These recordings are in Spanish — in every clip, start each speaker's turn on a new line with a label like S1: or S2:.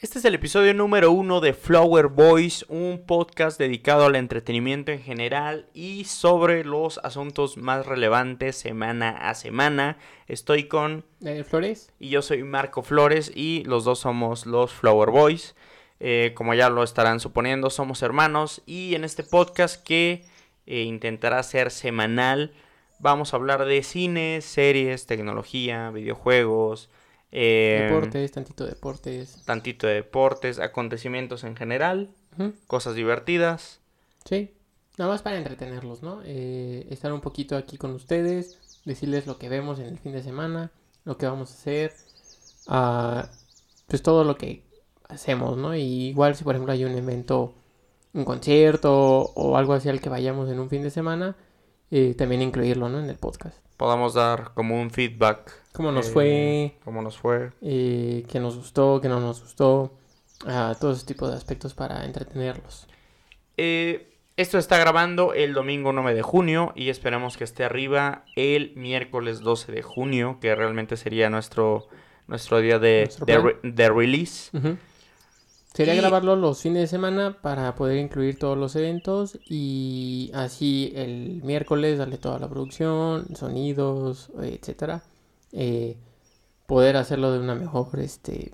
S1: Este es el episodio número uno de Flower Boys, un podcast dedicado al entretenimiento en general y sobre los asuntos más relevantes semana a semana. Estoy con...
S2: Eh, Flores.
S1: Y yo soy Marco Flores y los dos somos los Flower Boys. Eh, como ya lo estarán suponiendo, somos hermanos y en este podcast que eh, intentará ser semanal, vamos a hablar de cine, series, tecnología, videojuegos. eh,
S2: deportes, tantito deportes.
S1: tantito de deportes, acontecimientos en general,
S2: Ujú,
S1: cosas divertidas.
S2: Sí. Nada más para entretenerlos, ¿no? Eh, estar un poquito aquí con ustedes, decirles lo que vemos en el fin de semana, lo que vamos a hacer, ah, pues todo lo que hacemos, ¿no? Y igual si por ejemplo hay un evento, un concierto o algo así al que vayamos en un fin de semana, eh, también incluirlo, ¿no? En el podcast.
S1: Podamos dar como un feedback.
S2: ¿Cómo nos
S1: eh,
S2: fue?
S1: ¿Cómo nos fue?
S2: eh, que nos gustó, que no nos gustó, ah, todo ese tipo de aspectos para entretenerlos.
S1: Eh, esto está grabando el domingo 9 de junio y esperamos que esté arriba el miércoles 12 de junio, que realmente sería nuestro, nuestro día de,
S2: Nuestro
S1: de,
S2: plan.
S1: re- de release.
S2: Sería
S1: Y-
S2: grabarlo los fines de semana para poder incluir todos los eventos y así el miércoles darle toda la producción, sonidos, etcétera. Eh, poder hacerlo de una mejor este,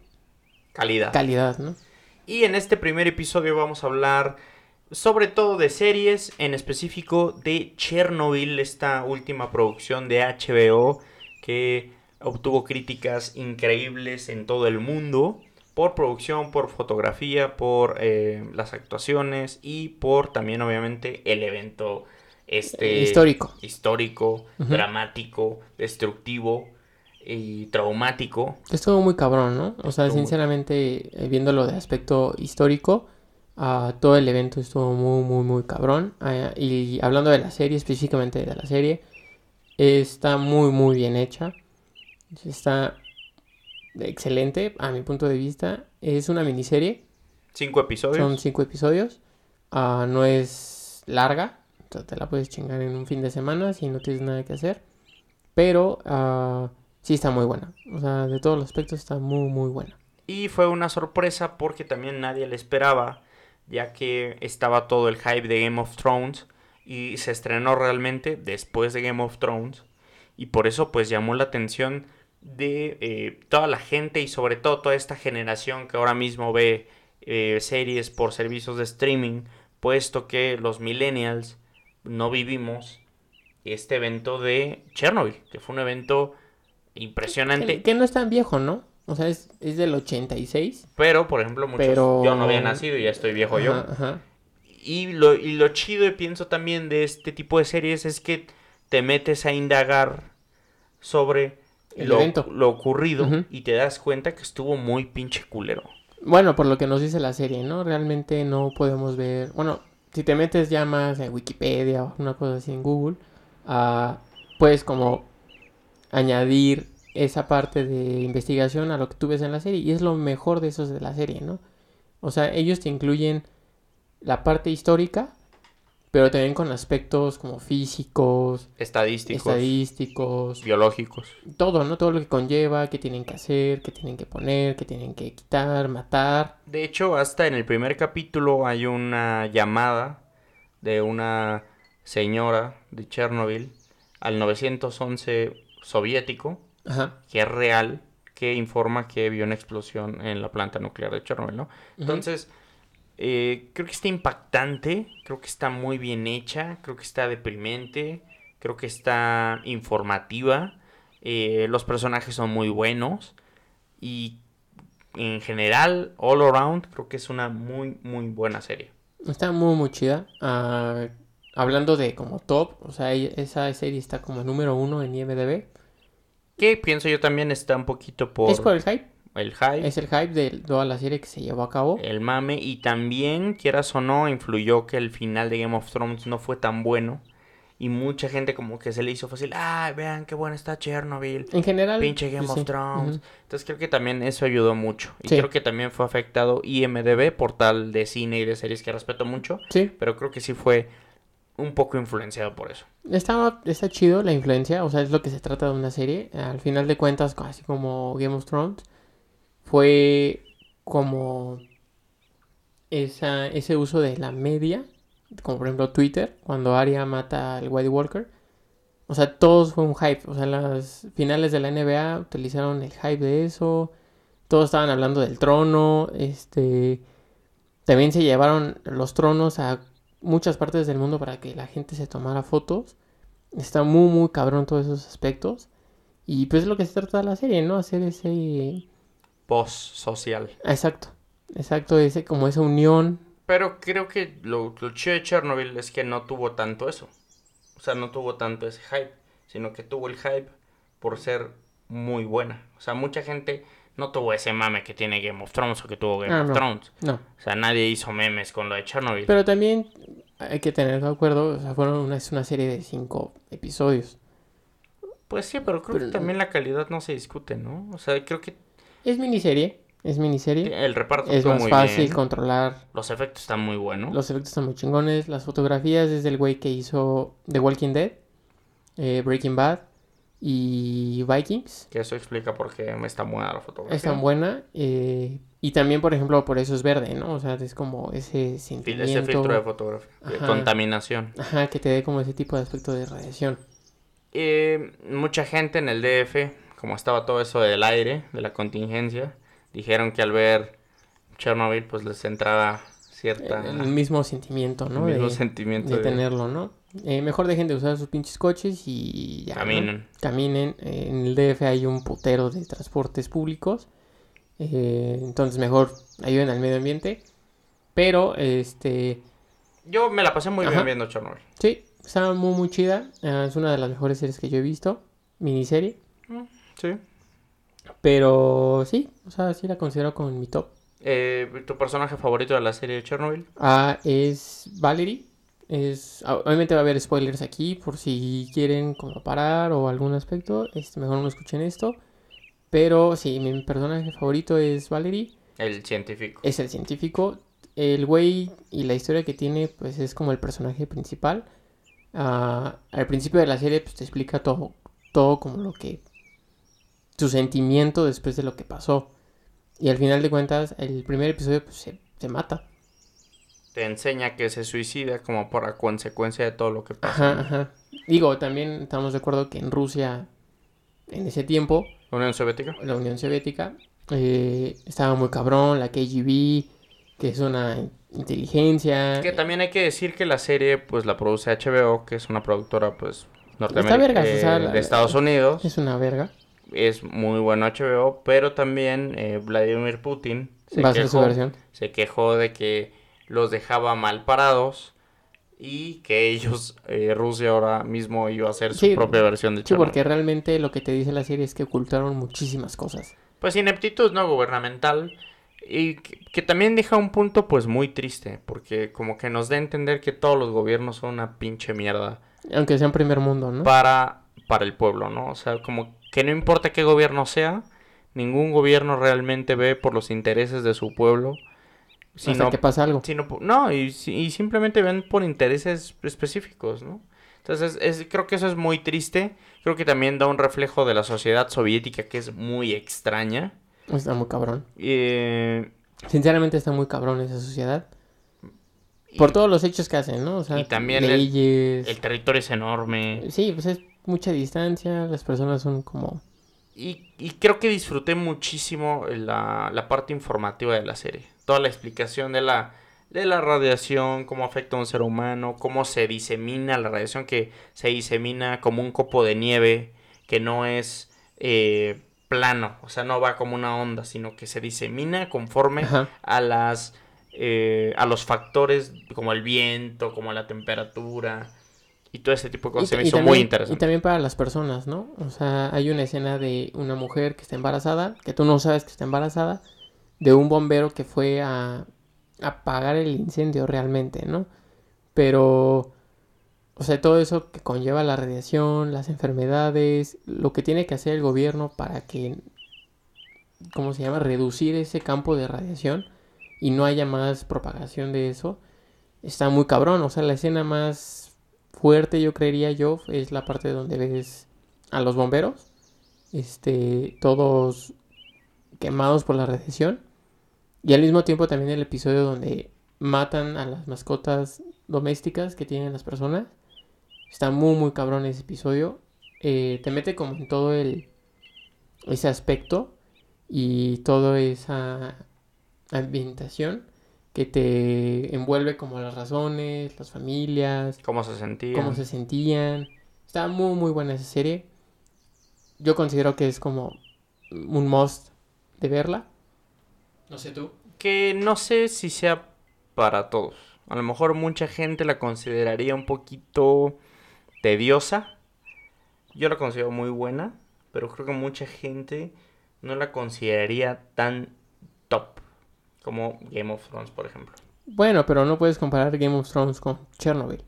S1: Calidad.
S2: calidad, ¿no?
S1: Y en este primer episodio vamos a hablar sobre todo de series, en específico de Chernobyl, esta última producción de HBO que obtuvo críticas increíbles en todo el mundo por producción, por fotografía, por eh, las actuaciones y por también obviamente el evento este
S2: Histórico.
S1: histórico,
S2: Ujú.
S1: dramático, destructivo y traumático
S2: Que Estuvo muy cabrón, ¿no? O sea,
S1: Estuvo muy-
S2: sinceramente, eh, viéndolo de aspecto histórico, ah, todo el evento estuvo muy, muy, muy cabrón. Ah, y hablando de la serie, específicamente de la serie, está muy, muy bien hecha. Está excelente, a mi punto de vista. Es una miniserie,
S1: cinco episodios
S2: son cinco episodios. Ah, no es larga, o sea, te la puedes chingar en un fin de semana si no tienes nada que hacer. Pero ah, sí está muy buena. O sea, de todos los aspectos está muy, muy buena.
S1: Y fue una sorpresa porque también nadie le esperaba, ya que estaba todo el hype de Game of Thrones y se estrenó realmente después de Game of Thrones. Y por eso pues llamó la atención de eh, toda la gente y sobre todo toda esta generación que ahora mismo ve eh, series por servicios de streaming, puesto que los millennials no vivimos este evento de Chernobyl, que fue un evento impresionante
S2: Que, que no es tan viejo, ¿no? O sea, es, es del 86.
S1: pero, por ejemplo, muchos.
S2: Pero-
S1: Yo no había nacido y ya estoy viejo
S2: Ajá,
S1: yo.
S2: ajá.
S1: Y lo, y lo chido, y pienso también de este tipo de series, es que te metes a indagar sobre
S2: El
S1: lo,
S2: evento.
S1: lo ocurrido
S2: Ujú.
S1: y te das cuenta que estuvo muy pinche culero.
S2: Bueno, por lo que nos dice la serie, ¿no? Realmente no podemos ver. Bueno, si te metes ya más en Wikipedia o una cosa así en Google, ah, puedes como añadir esa parte de investigación a lo que tú ves en la serie. Y es lo mejor de esos de la serie, ¿no? O sea, ellos te incluyen la parte histórica, pero también con aspectos como físicos,
S1: Estadísticos,
S2: estadísticos,
S1: biológicos.
S2: todo, ¿no? Todo lo que conlleva, qué tienen que hacer, qué tienen que poner, qué tienen que quitar, matar.
S1: De hecho, hasta en el primer capítulo hay una llamada de una señora de Chernobyl al 911 soviético.
S2: Ajá.
S1: que es real, que informa que vio una explosión en la planta nuclear de Chernobyl, ¿no? Entonces, eh, creo que está impactante, creo que está muy bien hecha, creo que está deprimente, creo que está informativa, eh, los personajes son muy buenos y en general, all around, creo que es una muy, muy buena serie.
S2: Está muy, muy chida. Ah, hablando de como top, o sea, e- esa serie está como número uno en IMDb.
S1: Que pienso yo también está un poquito por,
S2: Es por el hype.
S1: el hype,
S2: Es el hype de toda la serie que se llevó a cabo.
S1: el mame y también, quieras o no, influyó que el final de Game of Thrones no fue tan bueno y mucha gente como que se le hizo fácil, ay, vean qué bueno está Chernobyl,
S2: En general.
S1: pinche Game
S2: pues,
S1: of
S2: sí.
S1: Thrones.
S2: Ujú.
S1: Entonces creo que también eso ayudó mucho y
S2: Sí.
S1: creo que también fue afectado IMDB, portal de cine y de series que respeto mucho,
S2: Sí,
S1: pero creo que sí fue un poco influenciado por eso.
S2: está, está chido la influencia, o sea, es lo que se trata de una serie. Al final de cuentas, así como Game of Thrones, fue como esa, ese uso de la media, como por ejemplo Twitter, cuando Arya mata al White Walker. O sea, todos fue un hype. O sea, las finales de la NBA utilizaron el hype de eso. Todos estaban hablando del trono. Este. También se llevaron los tronos a muchas partes del mundo para que la gente se tomara fotos. Está muy, muy cabrón todos esos aspectos. Y pues es lo que se trata de la serie, ¿no? Hacer ese. ah,
S1: Post social.
S2: Exacto. Exacto, ese, como esa unión.
S1: Pero creo que lo, lo chido de Chernobyl es que no tuvo tanto eso. O sea, no tuvo tanto ese hype. Sino que tuvo el hype por ser muy buena. O sea, mucha gente no tuvo ese mame que tiene Game of Thrones o que tuvo Game
S2: Ah,
S1: of
S2: no.
S1: Thrones.
S2: No.
S1: O sea, nadie hizo memes con lo de Chernobyl.
S2: Pero también hay que tener de acuerdo. O sea, fueron una, es una serie de cinco episodios.
S1: Pues sí, pero creo
S2: Pero
S1: que
S2: no.
S1: también la calidad no se discute, ¿no? O sea, creo que
S2: Es miniserie. Es miniserie.
S1: el reparto
S2: Es
S1: estuvo
S2: más
S1: muy
S2: fácil
S1: bien.
S2: controlar.
S1: Los efectos están muy buenos.
S2: Los efectos están muy chingones. Las fotografías es del güey que hizo The Walking Dead, eh, Breaking Bad y Vikings.
S1: Que eso explica por qué me está buena la fotografía.
S2: Es tan buena. eh, y también, por ejemplo, por eso es verde, ¿no? O sea, es como ese
S1: Fil-
S2: sentimiento.
S1: Ese filtro de fotografía. de
S2: Ajá.
S1: contaminación.
S2: Ajá, que te dé como ese tipo de aspecto de radiación.
S1: Eh, mucha gente en el DF, como estaba todo eso del aire, de la contingencia, dijeron que al ver Chernobyl, pues les entraba
S2: El,
S1: cierta...
S2: eh, el mismo sentimiento, ¿no?
S1: el mismo
S2: de,
S1: sentimiento
S2: de tenerlo, ¿no? Eh, mejor dejen de usar sus pinches coches y ya. ¿no?
S1: Caminen.
S2: Caminen. Eh, en el DF hay un putero de transportes públicos. Eh, entonces, mejor ayuden al medio ambiente. Pero, este.
S1: Yo me la pasé muy
S2: Ajá.
S1: bien viendo Chernobyl.
S2: Sí, está muy, muy chida. Ah, es una de las mejores series que yo he visto. Miniserie.
S1: Sí.
S2: Pero sí, o sea, sí la considero con mi top.
S1: Eh, ¿Tu personaje favorito de la serie de Chernobyl?
S2: Ah, es Valerie. Es, ah, obviamente va a haber spoilers aquí por si quieren como parar o algún aspecto. Este, mejor no escuchen esto. Pero sí, mi personaje favorito es Valerie.
S1: El científico.
S2: Es el científico. El güey y la historia que tiene pues es como el personaje principal. Ah, al principio de la serie pues te explica todo, todo como lo que... Tu sentimiento después de lo que pasó. Y al final de cuentas, el primer episodio pues se, se mata.
S1: Te enseña que se suicida como por consecuencia de todo lo que pasa.
S2: Ajá, ajá. Digo, también estamos de acuerdo que en Rusia, en ese tiempo,
S1: Unión Soviética.
S2: la Unión Soviética eh, estaba muy cabrón, la KGB, que es una in- inteligencia.
S1: Que también hay que decir que la serie pues la produce HBO, que es una productora pues norteamericana
S2: vergas, o sea, la-
S1: de Estados Unidos.
S2: Es una verga.
S1: Es muy bueno HBO, pero también eh, Vladimir Putin se
S2: Va a ser su
S1: quejó,
S2: versión.
S1: se quejó de que los dejaba mal parados y que ellos, eh, Rusia ahora mismo iba a hacer su
S2: Sí,
S1: propia versión de
S2: Sí,
S1: Chernobyl.
S2: porque realmente lo que te dice la serie es que ocultaron muchísimas cosas.
S1: Pues ineptitud no gubernamental. Y que, que también deja un punto pues muy triste, porque como que nos da a entender que todos los gobiernos son una pinche mierda
S2: Aunque sea en primer mundo, ¿no?
S1: para, para el pueblo, ¿no? O sea, como que no importa qué gobierno sea, ningún gobierno realmente ve por los intereses de su pueblo,
S2: Hasta
S1: sino,
S2: que pasa algo.
S1: sino po- no, y, si- y simplemente ven por intereses específicos, ¿no? Entonces, es- creo que eso es muy triste, creo que también da un reflejo de la sociedad soviética que es muy extraña.
S2: Está muy cabrón.
S1: Eh,
S2: Sinceramente está muy cabrón esa sociedad.
S1: y
S2: Por todos los hechos que hacen, ¿no? O sea,
S1: y también el-
S2: leyes.
S1: el territorio es enorme.
S2: Sí, pues es mucha distancia, las personas son como...
S1: Y, y creo que disfruté muchísimo eh, la, la parte informativa de la serie. Toda la explicación de la, de la radiación, cómo afecta a un ser humano, cómo se disemina la radiación, que se disemina como un copo de nieve, que no es eh, plano, o sea, no va como una onda, sino que se disemina conforme
S2: Ajá.
S1: a las eh, a los factores como el viento, como la temperatura y todo ese tipo de cosas. se me hizo
S2: también,
S1: muy
S2: y
S1: interesante.
S2: también para las personas, ¿no? O sea, hay una escena de una mujer que está embarazada, que tú no sabes que está embarazada, de un bombero que fue a a apagar el incendio realmente, ¿no? Pero, o sea, todo eso que conlleva la radiación, las enfermedades, lo que tiene que hacer el gobierno para que, ¿cómo se llama?, reducir ese campo de radiación y no haya más propagación de eso, está muy cabrón. O sea, la escena más fuerte, yo creería yo, es la parte donde ves a los bomberos, este, todos quemados por la radiación Y al mismo tiempo también el episodio donde matan a las mascotas domésticas que tienen las personas. Está muy, muy cabrón ese episodio. Eh, te mete como en todo el, ese aspecto y toda esa ambientación que te envuelve como las razones, las familias,
S1: ¿Cómo se sentía?
S2: cómo se sentían. Está muy, muy buena esa serie. Yo considero que es como un must de verla. No sé tú.
S1: Que no sé si sea para todos. A lo mejor mucha gente la consideraría un poquito tediosa. Yo la considero muy buena, pero creo que mucha gente no la consideraría tan top como Game of Thrones, por ejemplo.
S2: Bueno, pero no puedes comparar Game of Thrones con Chernobyl.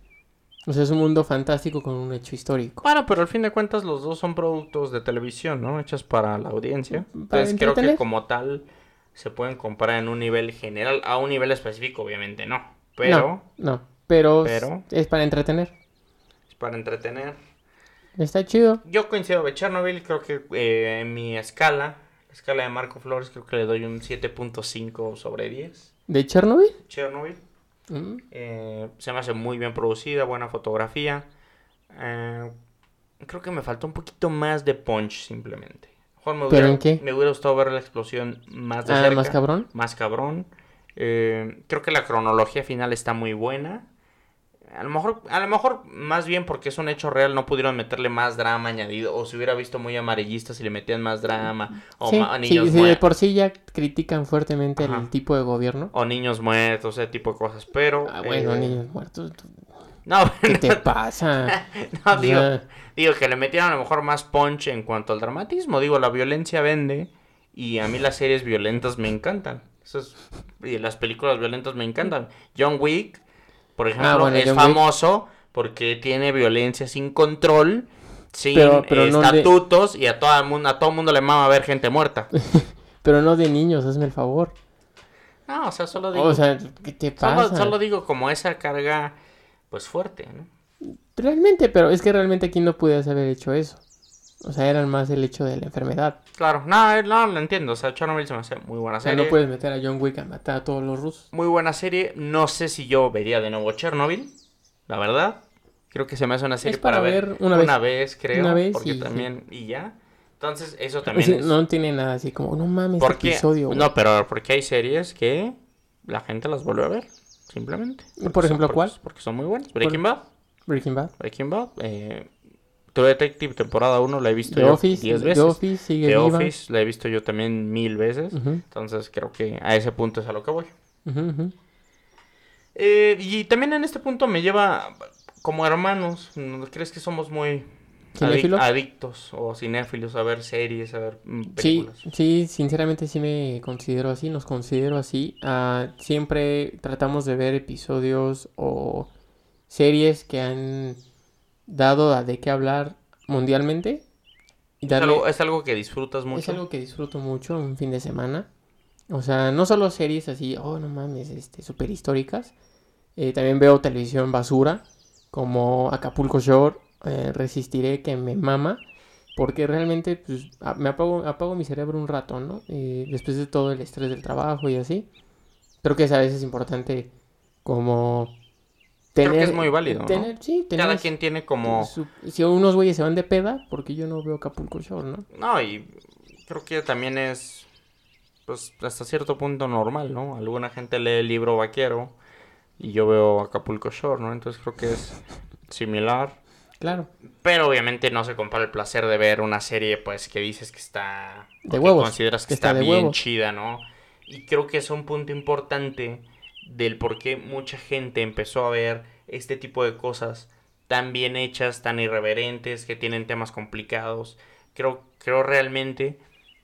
S2: O sea, es un mundo fantástico con un hecho histórico.
S1: Bueno, pero al fin de cuentas los dos son productos de televisión, ¿no? Hechos para la audiencia.
S2: Para
S1: Entonces creo que
S2: entretener.
S1: como tal se pueden comparar en un nivel general, a un nivel específico obviamente no, pero
S2: No, no, pero,
S1: pero-
S2: es para entretener.
S1: es para entretener.
S2: Está chido.
S1: Yo coincido con Chernobyl, creo que eh, en mi escala, la escala de Marco Flores, creo que le doy un 7.5 sobre 10.
S2: ¿De Chernobyl?
S1: Chernobyl.
S2: Mm.
S1: Eh, se me hace muy bien producida, buena fotografía. Eh, creo que me faltó un poquito más de punch simplemente. A lo mejor me
S2: ¿Pero
S1: hubiera-
S2: en qué?
S1: Me hubiera gustado ver la explosión más de
S2: Ah,
S1: cerca,
S2: más cabrón.
S1: más cabrón. Eh, creo que la cronología final está muy buena. A lo, mejor, a lo mejor, más bien porque es un hecho real, no pudieron meterle más drama añadido. O se hubiera visto muy amarillista si le metían más drama. O,
S2: sí,
S1: ma-
S2: sí,
S1: niños,
S2: sí,
S1: mue-
S2: de por sí ya critican fuertemente
S1: Ajá.
S2: el tipo de gobierno.
S1: o niños muertos, ese tipo de cosas. Pero.
S2: Ah, bueno,
S1: eh,
S2: niños muertos. tú-
S1: No,
S2: ¿Qué te pasa?
S1: no,
S2: O
S1: digo,
S2: sea,
S1: Digo que le metieron a lo mejor más punch en cuanto al dramatismo. Digo, la violencia vende y a mí las series violentas me encantan. Eso es- y las películas violentas me encantan. John Wick, por ejemplo,
S2: Ah, bueno,
S1: es
S2: John Wick.
S1: famoso porque tiene violencia sin control, sin
S2: Pero- pero
S1: eh,
S2: no le-
S1: estatutos y a todo el mundo, a todo mundo le mama ver gente muerta.
S2: pero no de niños, hazme el favor.
S1: No, o sea, solo digo,
S2: O sea, ¿qué te
S1: solo,
S2: pasa?
S1: solo digo como esa carga pues fuerte, ¿no?
S2: Realmente, pero es que realmente aquí no pudieras haber hecho eso. O sea, eran más el hecho de la enfermedad.
S1: Claro, no, eh, no lo entiendo, o sea, Chernobyl se me hace muy buena
S2: O sea,
S1: serie.
S2: no puedes meter a John Wick a matar a todos los rusos.
S1: Muy buena serie. No sé si yo vería de nuevo Chernobyl, la verdad. Creo que se me hace una serie
S2: Es para ver una
S1: vez, creo.
S2: Una vez
S1: porque
S2: y-
S1: también, y ya. Entonces, eso
S2: O
S1: también
S2: sea,
S1: es.
S2: no tiene nada así como, no mames,
S1: ¿Por
S2: este
S1: qué?
S2: episodio. güey".
S1: no, pero porque hay series que la gente las vuelve a ver, simplemente.
S2: Por
S1: Porque
S2: ejemplo,
S1: son-
S2: ¿cuál?
S1: Porque, porque son muy buenas. Breaking Bad.
S2: Breaking Bad.
S1: Breaking Bad. eh, True Detective, temporada 1, la he visto
S2: The
S1: yo
S2: Office.
S1: 10
S2: The
S1: veces.
S2: Office sigue
S1: The
S2: viva.
S1: Office, la he visto yo también mil veces.
S2: Ujú,
S1: Entonces, creo que a ese punto es a lo que voy.
S2: ujú, ujú.
S1: Eh, y también en este punto me lleva como hermanos. ¿no ¿Crees que somos muy adic-
S2: ¿Cinéfilos?
S1: adictos o cinéfilos a ver series, a ver mm,
S2: Sí,
S1: películas?
S2: sí, sinceramente sí me considero así, nos considero así. Ah, siempre tratamos de ver episodios o series que han dado a de qué hablar mundialmente. Y
S1: Es,
S2: darle-
S1: algo, es algo que disfrutas mucho.
S2: Es algo que disfruto mucho un fin de semana. O sea, no solo series así, oh, no mames, este, super históricas. Eh, también veo televisión basura, como Acapulco Shore, eh, Resistiré, que me mama. Porque realmente pues, a- me apago, apago mi cerebro un rato, ¿no? Eh, después de todo el estrés del trabajo y así. Creo que es a veces importante como
S1: Creo que es muy válido, ¿no?
S2: tener- sí, tener
S1: Cada quien tiene como...
S2: su- si unos güeyes se van de peda, porque yo no veo Acapulco Shore, ¿no?
S1: No, y creo que también es, pues, hasta cierto punto normal, ¿no? Alguna gente lee el libro vaquero y yo veo Acapulco Shore, ¿no? Entonces creo que es similar.
S2: Claro.
S1: Pero obviamente no se compara el placer de ver una serie, pues, que dices que está... o que
S2: De huevos,
S1: consideras que,
S2: que
S1: está,
S2: está de
S1: bien
S2: huevo.
S1: chida, ¿no? Y creo que es un punto importante del por qué mucha gente empezó a ver este tipo de cosas tan bien hechas, tan irreverentes, que tienen temas complicados. Creo, creo realmente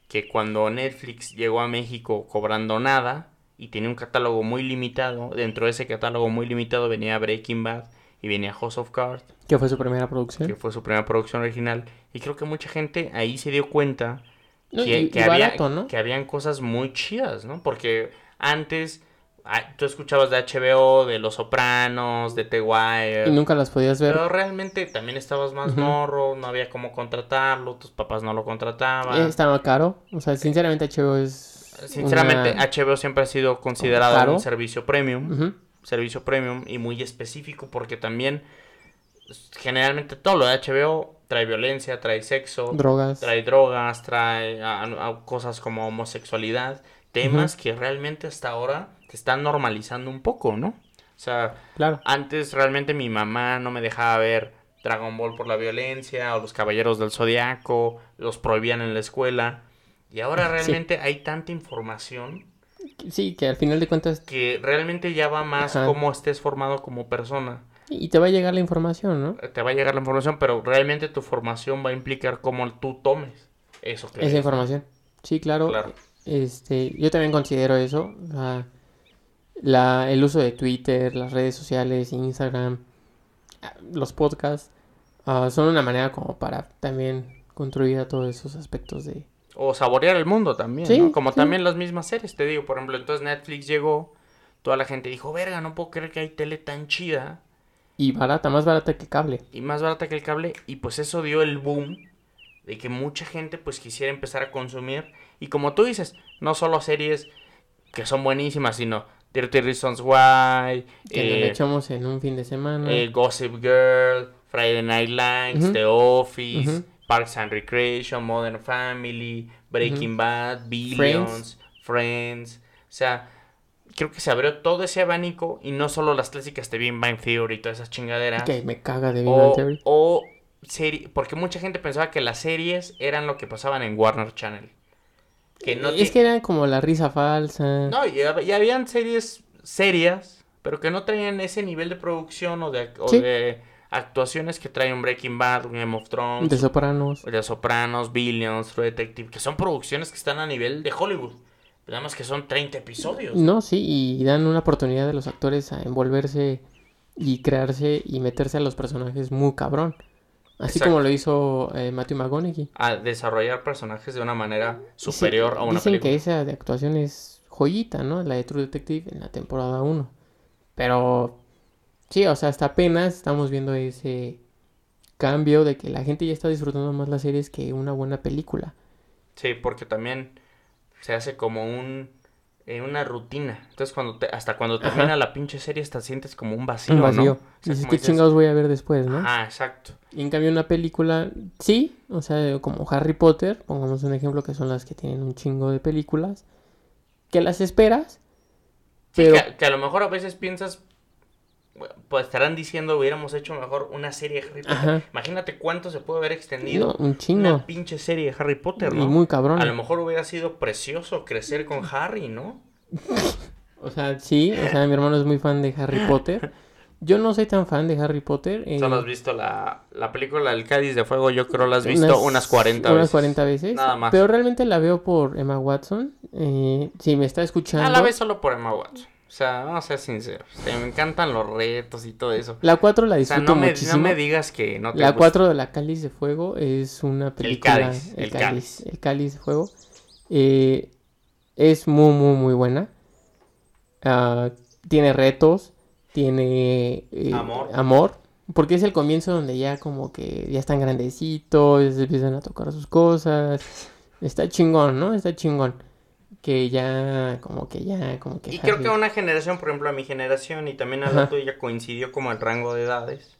S1: que cuando Netflix llegó a México cobrando nada y tenía un catálogo muy limitado, dentro de ese catálogo muy limitado venía Breaking Bad y venía House of Cards
S2: Que fue su primera producción.
S1: que fue su primera producción original. Y creo que mucha gente ahí se dio cuenta
S2: No,
S1: que,
S2: y,
S1: que
S2: y
S1: había,
S2: barato, ¿no?
S1: que habían cosas muy chidas, ¿no? Porque antes ah, tú escuchabas de HBO, de Los Sopranos, de The Wire.
S2: Y nunca las podías ver.
S1: Pero realmente también estabas más
S2: Ujú.
S1: morro, no había cómo contratarlo, tus papás no lo contrataban.
S2: Eh, Estaba caro. O sea, sinceramente HBO es...
S1: Sinceramente,
S2: Una-
S1: HBO siempre ha sido considerado
S2: Claro.
S1: un servicio premium,
S2: Ujú.
S1: servicio premium y muy específico porque también generalmente todo lo de HBO trae violencia, trae sexo,
S2: Drogas.
S1: trae drogas, trae a- a- cosas como homosexualidad, temas que realmente hasta ahora te están normalizando un poco, ¿no? O sea,
S2: Claro.
S1: antes realmente mi mamá no me dejaba ver Dragon Ball por la violencia o los Caballeros del Zodiaco, los prohibían en la escuela. Y ahora
S2: Sí.
S1: realmente hay tanta información
S2: Sí, que al final de cuentas.
S1: que realmente ya va más
S2: Ajá.
S1: cómo estés formado como persona.
S2: Y te va a llegar la información, ¿no?
S1: Te va a llegar la información, pero realmente tu formación va a implicar cómo tú tomes eso que
S2: Esa
S1: ves.
S2: información. Sí, claro.
S1: Claro.
S2: Este, yo también considero eso. La, la- el uso de Twitter, las redes sociales, Instagram, ah, los podcasts, ah, son una manera como para también contribuir a todos esos aspectos de...
S1: O saborear el mundo también,
S2: Sí,
S1: ¿no? Como
S2: sí.
S1: también las mismas series, te digo. Por ejemplo, entonces Netflix llegó, toda la gente dijo, verga, no puedo creer que hay tele tan chida.
S2: Y barata, más barata que cable.
S1: y más barata que el cable y pues eso dio el boom de que mucha gente pues quisiera empezar a consumir y como tú dices, no solo series que son buenísimas, sino Dirty Reasons Why,
S2: Que nos
S1: eh,
S2: la echamos en un fin de semana.
S1: eh, Gossip Girl, Friday Night Lights,
S2: Ujú.
S1: The Office,
S2: Ujú.
S1: Parks and Recreation, Modern Family, Breaking Bad, Billions, Friends. O sea, creo que se abrió todo ese abanico y no solo las clásicas de Big Bang Theory y todas esas chingaderas.
S2: que me caga de Big Bang
S1: O,
S2: Theory.
S1: o serie, porque mucha gente pensaba que las series eran lo que pasaban en Warner Channel. Que no
S2: es
S1: ti-
S2: que eran como la risa falsa.
S1: No, y, hab- y habían series serias, pero que no traían ese nivel de producción o de, ac- o
S2: Sí.
S1: de actuaciones que trae un Breaking Bad, un Game of Thrones,
S2: de sopranos.
S1: de Sopranos, Billions, True Detective, que son producciones que están a nivel de Hollywood. Nada más que son 30 episodios.
S2: No, sí, y dan una oportunidad de los actores a envolverse y crearse y meterse a los personajes muy cabrón. Así
S1: Exacto.
S2: como lo hizo eh, Matthew McConaughey.
S1: A desarrollar personajes de una manera superior
S2: Sí,
S1: a una
S2: Dicen
S1: película.
S2: que esa de actuación es joyita, ¿no? La de True Detective en la temporada 1. Pero sí, o sea, hasta apenas estamos viendo ese cambio de que la gente ya está disfrutando más las series que una buena película.
S1: Sí, porque también se hace como un eh, una rutina. Entonces cuando te- hasta cuando
S2: Ajá.
S1: termina la pinche serie hasta sientes como un vacío,
S2: Un
S1: ¿no?
S2: vacío.
S1: O sea,
S2: Dices,
S1: como
S2: ¿qué
S1: dices,
S2: chingados voy a ver después, no?
S1: Ah, exacto.
S2: Y en cambio una película, sí, o sea, como Harry Potter, pongamos un ejemplo que son las que tienen un chingo de películas, que las esperas,
S1: Sí,
S2: pero
S1: que, que a lo mejor a veces piensas bueno, pues estarán diciendo hubiéramos hecho mejor una serie de Harry Potter.
S2: Ajá.
S1: Imagínate cuánto se puede haber
S2: no,
S1: extendido
S2: un
S1: una
S2: chingo.
S1: pinche serie de Harry Potter,
S2: Y
S1: ¿no?
S2: muy
S1: A
S2: cabrón.
S1: lo mejor hubiera sido precioso crecer con Harry, ¿no?
S2: O sea, sí, o sea, mi hermano es muy fan de Harry Potter. Yo no soy tan fan de Harry Potter. eh,
S1: Solo has visto la, la película El Cádiz de Fuego, yo creo la has visto
S2: unas-
S1: unas, 40
S2: unas
S1: veces.
S2: 40 veces.
S1: Nada más.
S2: Pero realmente la veo por Emma Watson. eh, si me está escuchando.
S1: A Ah, la vez solo por Emma Watson. O sea, vamos a ser sinceros. Te me encantan los retos y todo eso.
S2: La 4 la
S1: O sea,
S2: disfruto
S1: no me,
S2: muchísimo.
S1: no me digas que no te
S2: La
S1: gusta.
S2: 4 de la Cáliz de Fuego es una película.
S1: pues. Cáliz, el Cáliz.
S2: El Cáliz de Fuego. Eh, es muy, muy, muy buena. Ah, tiene retos. Tiene eh,
S1: Amor.
S2: Porque es el comienzo donde ya como que ya están grandecitos, ya se empiezan a tocar sus cosas. Está chingón, ¿no? Está chingón. Que ya, como que ya, como que...
S1: Y creo
S2: Harry-
S1: que a una generación, por ejemplo, a mi generación y también a la
S2: Ajá.
S1: tuya coincidió como el rango de edades.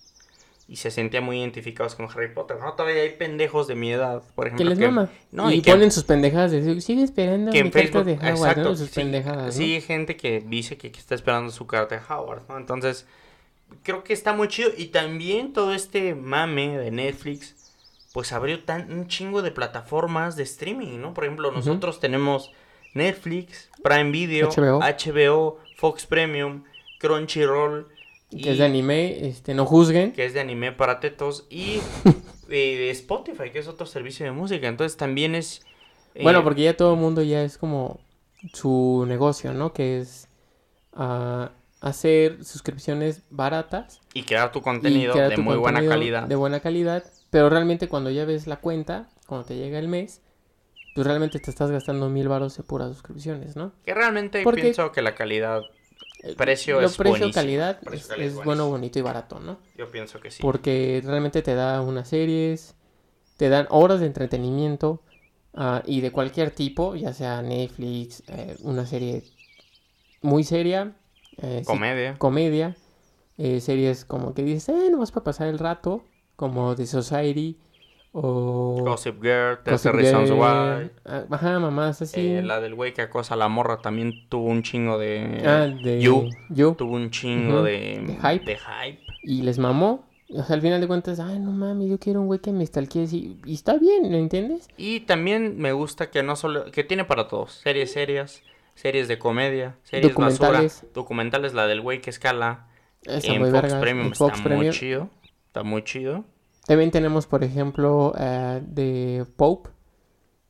S1: Y se sentían muy identificados con Harry Potter. No, todavía hay pendejos de mi edad, por ejemplo.
S2: Que les mama.
S1: No,
S2: y
S1: y, que-
S2: ponen sus pendejadas de decir, sigue esperando
S1: que
S2: mi
S1: en Facebook.
S2: carta de Hogwarts",
S1: exacto.
S2: ¿no? Sus
S1: sí,
S2: pendejadas, ¿no?
S1: sí, hay gente que dice que, que está esperando su carta de Howard, ¿no? Entonces, creo que está muy chido. Y también todo este mame de Netflix, pues abrió tan, un chingo de plataformas de streaming, ¿no? Por ejemplo, nosotros tenemos Netflix, Prime Video,
S2: HBO.
S1: HBO, Fox Premium, Crunchyroll. y-
S2: que es de anime, este, no juzguen.
S1: que es de anime para tetos y eh, Spotify, que es otro servicio de música. Entonces también es... eh,
S2: Bueno, porque ya todo el mundo ya es como su negocio, ¿no? Que es ah, hacer suscripciones baratas
S1: y crear tu
S2: y
S1: contenido
S2: crear
S1: de
S2: tu
S1: muy buena
S2: contenido
S1: calidad.
S2: De buena calidad, pero realmente cuando ya ves la cuenta, cuando te llega el mes, tú realmente te estás gastando mil baros en puras suscripciones, ¿no?
S1: Que realmente
S2: Porque-
S1: pienso que la calidad,
S2: El
S1: Precio
S2: lo
S1: es
S2: precio
S1: buenísimo.
S2: calidad
S1: Precio
S2: es,
S1: calidad
S2: es
S1: es
S2: bueno,
S1: buenísimo.
S2: bonito y barato, ¿no?
S1: yo pienso que sí.
S2: Porque realmente te da unas series, te dan horas de entretenimiento ah, y de cualquier tipo, ya sea Netflix, eh, una serie muy seria, eh, sí-
S1: Comedia.
S2: comedia, eh, series como que dices, eh, nomás para pasar el rato, como The Society o...
S1: Gossip Girl, 30
S2: Gossip
S1: Reasons
S2: Girl,
S1: Why.
S2: ah, Ajá, mamás así.
S1: Eh, la del güey que acosa a la morra también tuvo un chingo de.
S2: Ah, de
S1: You.
S2: You.
S1: Tuvo un chingo
S2: Ujú.
S1: de,
S2: De hype.
S1: de hype.
S2: Y les mamó. O sea, al final de cuentas, ay, no mames, yo quiero un güey que me stalkee así. Y está bien, ¿lo entiendes?
S1: Y también me gusta que no solo. que tiene para todos. Series serias, series de comedia, series
S2: Documentales.
S1: basura, documentales, la del güey que escala
S2: Está
S1: en
S2: muy
S1: Fox
S2: vergas.
S1: Premium.
S2: En Fox
S1: está
S2: Premium.
S1: muy chido. Está muy chido.
S2: También tenemos, por ejemplo, eh, de Pope.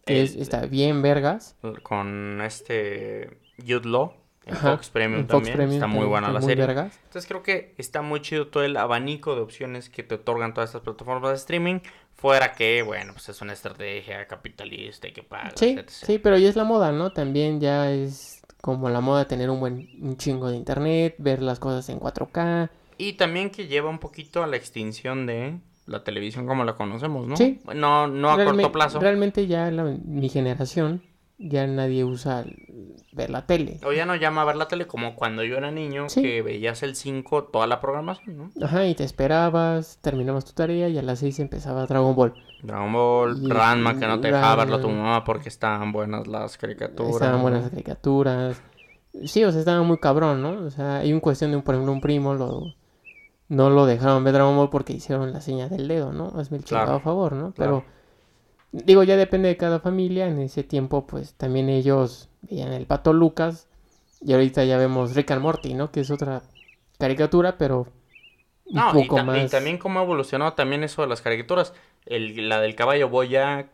S2: Que es-
S1: El-
S2: está bien vergas.
S1: Con este Jude Law en
S2: Ajá,
S1: Fox Premium
S2: en Fox
S1: también.
S2: Premium
S1: está muy
S2: también
S1: buena
S2: está
S1: la
S2: muy
S1: serie. Ah,
S2: vergas.
S1: Entonces creo que está muy chido todo el abanico de opciones que te otorgan todas estas plataformas de streaming. Fuera que, bueno, pues es una estrategia capitalista y que paga,
S2: Sí, sí, pero ya es la moda, ¿no? También ya es como la moda tener un buen un chingo de internet, ver las cosas en 4K.
S1: Y también que lleva un poquito a la extinción de la televisión como la conocemos, ¿no?
S2: Sí.
S1: No, no a
S2: Realme-
S1: corto plazo.
S2: Realmente ya la- mi generación, ya nadie usa el- ver la tele.
S1: O ya no llama a ver la tele como cuando yo era niño,
S2: Sí.
S1: que veías el 5 toda la programación, ¿no?
S2: Ajá, y te esperabas, terminabas tu tarea y a las 6 empezaba Dragon Ball.
S1: Dragon Ball,
S2: Y-
S1: Ranma, que no te dejaba verlo tu
S2: Ranma.
S1: mamá porque estaban buenas las caricaturas.
S2: Estaban
S1: ¿no?
S2: buenas las caricaturas. Sí, o sea, estaba muy cabrón, ¿no? O sea, hay un cuestión de, un, por ejemplo, un primo, lo, no lo dejaron ver Dragon Ball porque hicieron la seña del dedo, ¿no? Hazme el
S1: Claro,
S2: chingado favor, ¿no?
S1: claro.
S2: Pero, digo, ya depende de cada familia. En ese tiempo, pues, también ellos veían el Pato Lucas. Y ahorita ya vemos Rick and Morty, ¿no? Que es otra caricatura, pero un
S1: No, y,
S2: poco
S1: ta- y
S2: más...
S1: también cómo ha evolucionado también eso de las caricaturas. El, la del caballo Boyac,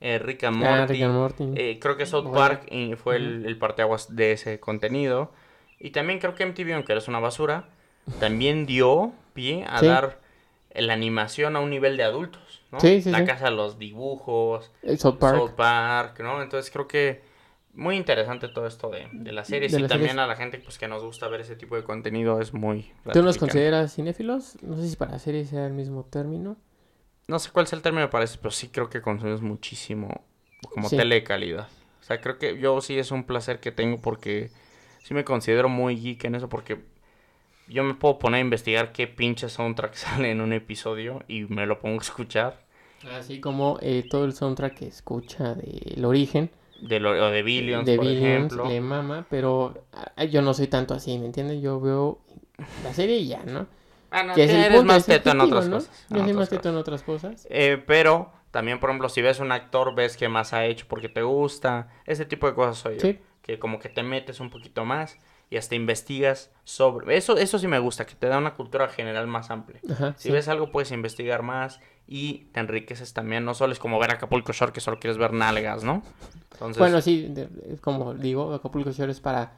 S1: eh, Rick and
S2: Ah,
S1: Morty.
S2: Rick and Morty.
S1: Eh, creo que South
S2: Bojack.
S1: Park eh, fue el, el parteaguas de ese contenido. Y también creo que MTV, aunque eres una basura, también dio pie a
S2: Sí.
S1: dar la animación a un nivel de adultos, ¿no?
S2: Sí, sí,
S1: la
S2: sí.
S1: casa de los dibujos,
S2: Eh, South Park.
S1: South Park, ¿no? Entonces creo que muy interesante todo esto de, de las series.
S2: De
S1: y
S2: las
S1: también
S2: series.
S1: a la gente pues, que nos gusta ver ese tipo de contenido es muy...
S2: ¿Tú nos
S1: gratificante.
S2: consideras cinéfilos? No sé si para series sea el mismo término.
S1: No sé cuál sea el término para eso, pero sí creo que consumes muchísimo como
S2: Sí.
S1: tele de calidad. O sea, creo que yo sí es un placer que tengo porque sí me considero muy geek en eso porque yo me puedo poner a investigar qué pinche soundtrack sale en un episodio y me lo pongo a escuchar
S2: Así como eh, todo el soundtrack que escucha del origen
S1: de, lo, o de Billions,
S2: de
S1: por
S2: Billions
S1: ejemplo.
S2: le mama, pero ah, yo no soy tanto así, ¿me entiendes? Yo veo la serie y ya, ¿no?
S1: Ah, no,
S2: Que es el
S1: eres
S2: punto,
S1: más
S2: es
S1: teto en
S2: subjetivo,
S1: otras
S2: ¿no?
S1: cosas. en
S2: Yo soy
S1: otras
S2: más
S1: cosas.
S2: teto en otras cosas.
S1: Eh, pero también, por ejemplo, si ves un actor, ves qué más ha hecho porque te gusta. Ese tipo de cosas soy yo.
S2: Sí.
S1: Que como que te metes un poquito más y hasta investigas sobre... Eso, eso sí me gusta, que te da una cultura general más amplia.
S2: Ajá.
S1: Si
S2: sí.
S1: ves algo, puedes investigar más y te enriqueces también. No solo es como ver Acapulco Shore, que solo quieres ver nalgas, ¿no? Entonces,
S2: Bueno, sí, de- de- como digo, Acapulco Shore es para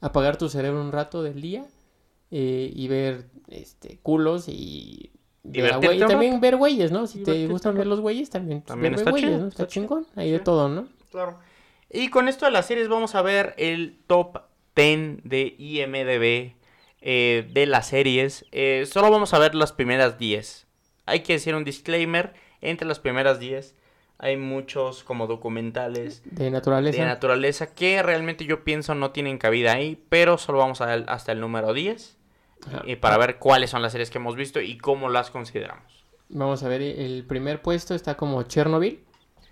S2: apagar tu cerebro un rato del día eh, y ver este culos y. ver a
S1: Divertirte
S2: güey-
S1: un
S2: también ver güeyes, ¿no? Si te
S1: Divertirte
S2: gustan
S1: un
S2: ver los güeyes, también, pues,
S1: También
S2: ver
S1: está
S2: güeyes,
S1: chido,
S2: ¿no? Está,
S1: está chido,
S2: chingón, ahí de
S1: sí.
S2: todo, ¿no?
S1: claro. Y con esto de las series vamos a ver el top 10 de IMDB eh, de las series. Eh, solo vamos a ver las primeras 10. Hay que decir un disclaimer, entre las primeras 10 hay muchos como documentales
S2: De naturaleza.
S1: de naturaleza que realmente yo pienso no tienen cabida ahí, pero solo vamos a ver hasta el número 10
S2: Ajá.
S1: eh, para ver cuáles son las series que hemos visto y cómo las consideramos.
S2: Vamos a ver, el primer puesto está como Chernobyl,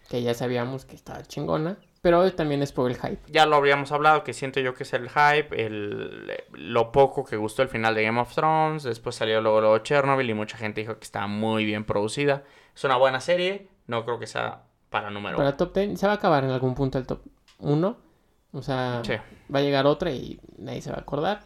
S2: que ya sabíamos que estaba chingona, pero también es por el hype.
S1: ya lo habríamos hablado, que siento yo que es el hype, el, lo poco que gustó el final de Game of Thrones, después salió luego, luego Chernobyl y mucha gente dijo que estaba muy bien producida. Es una buena serie, no creo que sea para número
S2: Para
S1: uno.
S2: el top 10 se va a acabar en algún punto el top 1, o sea,
S1: Sí.
S2: va a llegar otra y nadie se va a acordar,